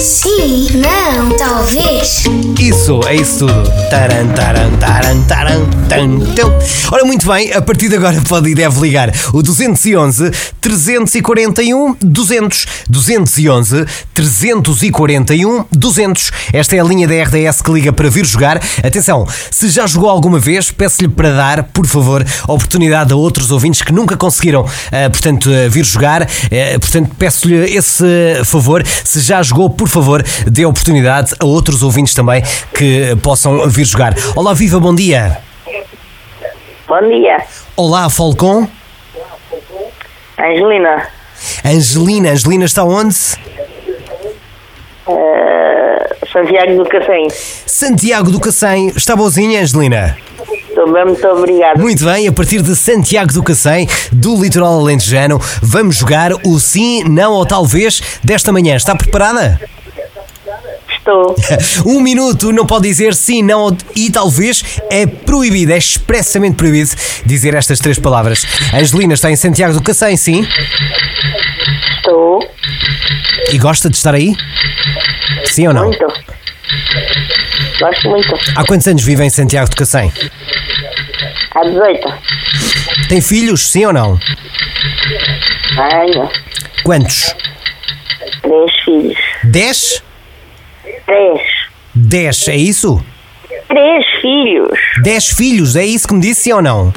Sim, não, talvez. Isso, é isso tudo. Taran, taran, taran, taran, tan, tão. Ora, muito bem, a partir de agora pode e deve ligar o 211 341 200. 211 341 200. um, Esta é a linha da RDS que liga para vir jogar. Atenção, se já jogou alguma vez, peço-lhe para dar, por favor, oportunidade a outros ouvintes que nunca conseguiram, eh, portanto, eh, vir jogar. Eh, portanto, peço-lhe esse favor. Se já jogou, por favor, dê oportunidade a outros ouvintes também que possam vir jogar. Olá, Viva, bom dia. Bom dia, Olá, Falcon. Angelina. Angelina, Angelina está onde? eh, Santiago do Cacém. Santiago do Cacém. Está boazinha, Angelina? Estou bem, muito obrigado. Muito bem, a partir de Santiago do Cacém, do litoral alentejano, vamos jogar o sim, não ou talvez desta manhã. Está preparada? Estou. Um minuto não pode dizer sim, não ou- e talvez é proibido, é expressamente proibido dizer estas três palavras. Angelina está em Santiago do Cacém, sim, Estou. e gosta de estar aí? Sim ou não? Muito. Gosto muito. Há quantos anos vive em Santiago do Cacém? Há 18. Tem filhos, sim ou não? Tenho Quantos? três filhos. Dez? Três. Dez, é isso? Três filhos. Dez filhos, é isso que me disse, sim ou não?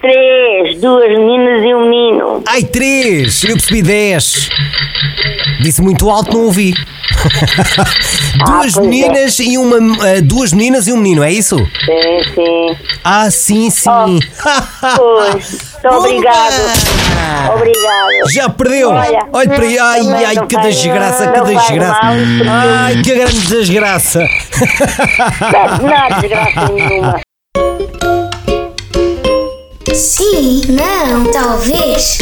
Três. Duas meninas e um menino. Ai, três! Eu percebi dez. Disse muito alto, não ouvi. duas pois é. meninas e uma. ah, duas meninas e um menino, é isso? Sim, sim. Ah, sim, sim. Ah. Pois. Muito Opa! obrigado. Obrigado. Já perdeu! Olha, Olha para aí! Ai, também ai, não que faz- desgraça, que não faz desgraça! mal, porque- Ai, que grande desgraça! Não há desgraça nenhuma. Sim, não, talvez.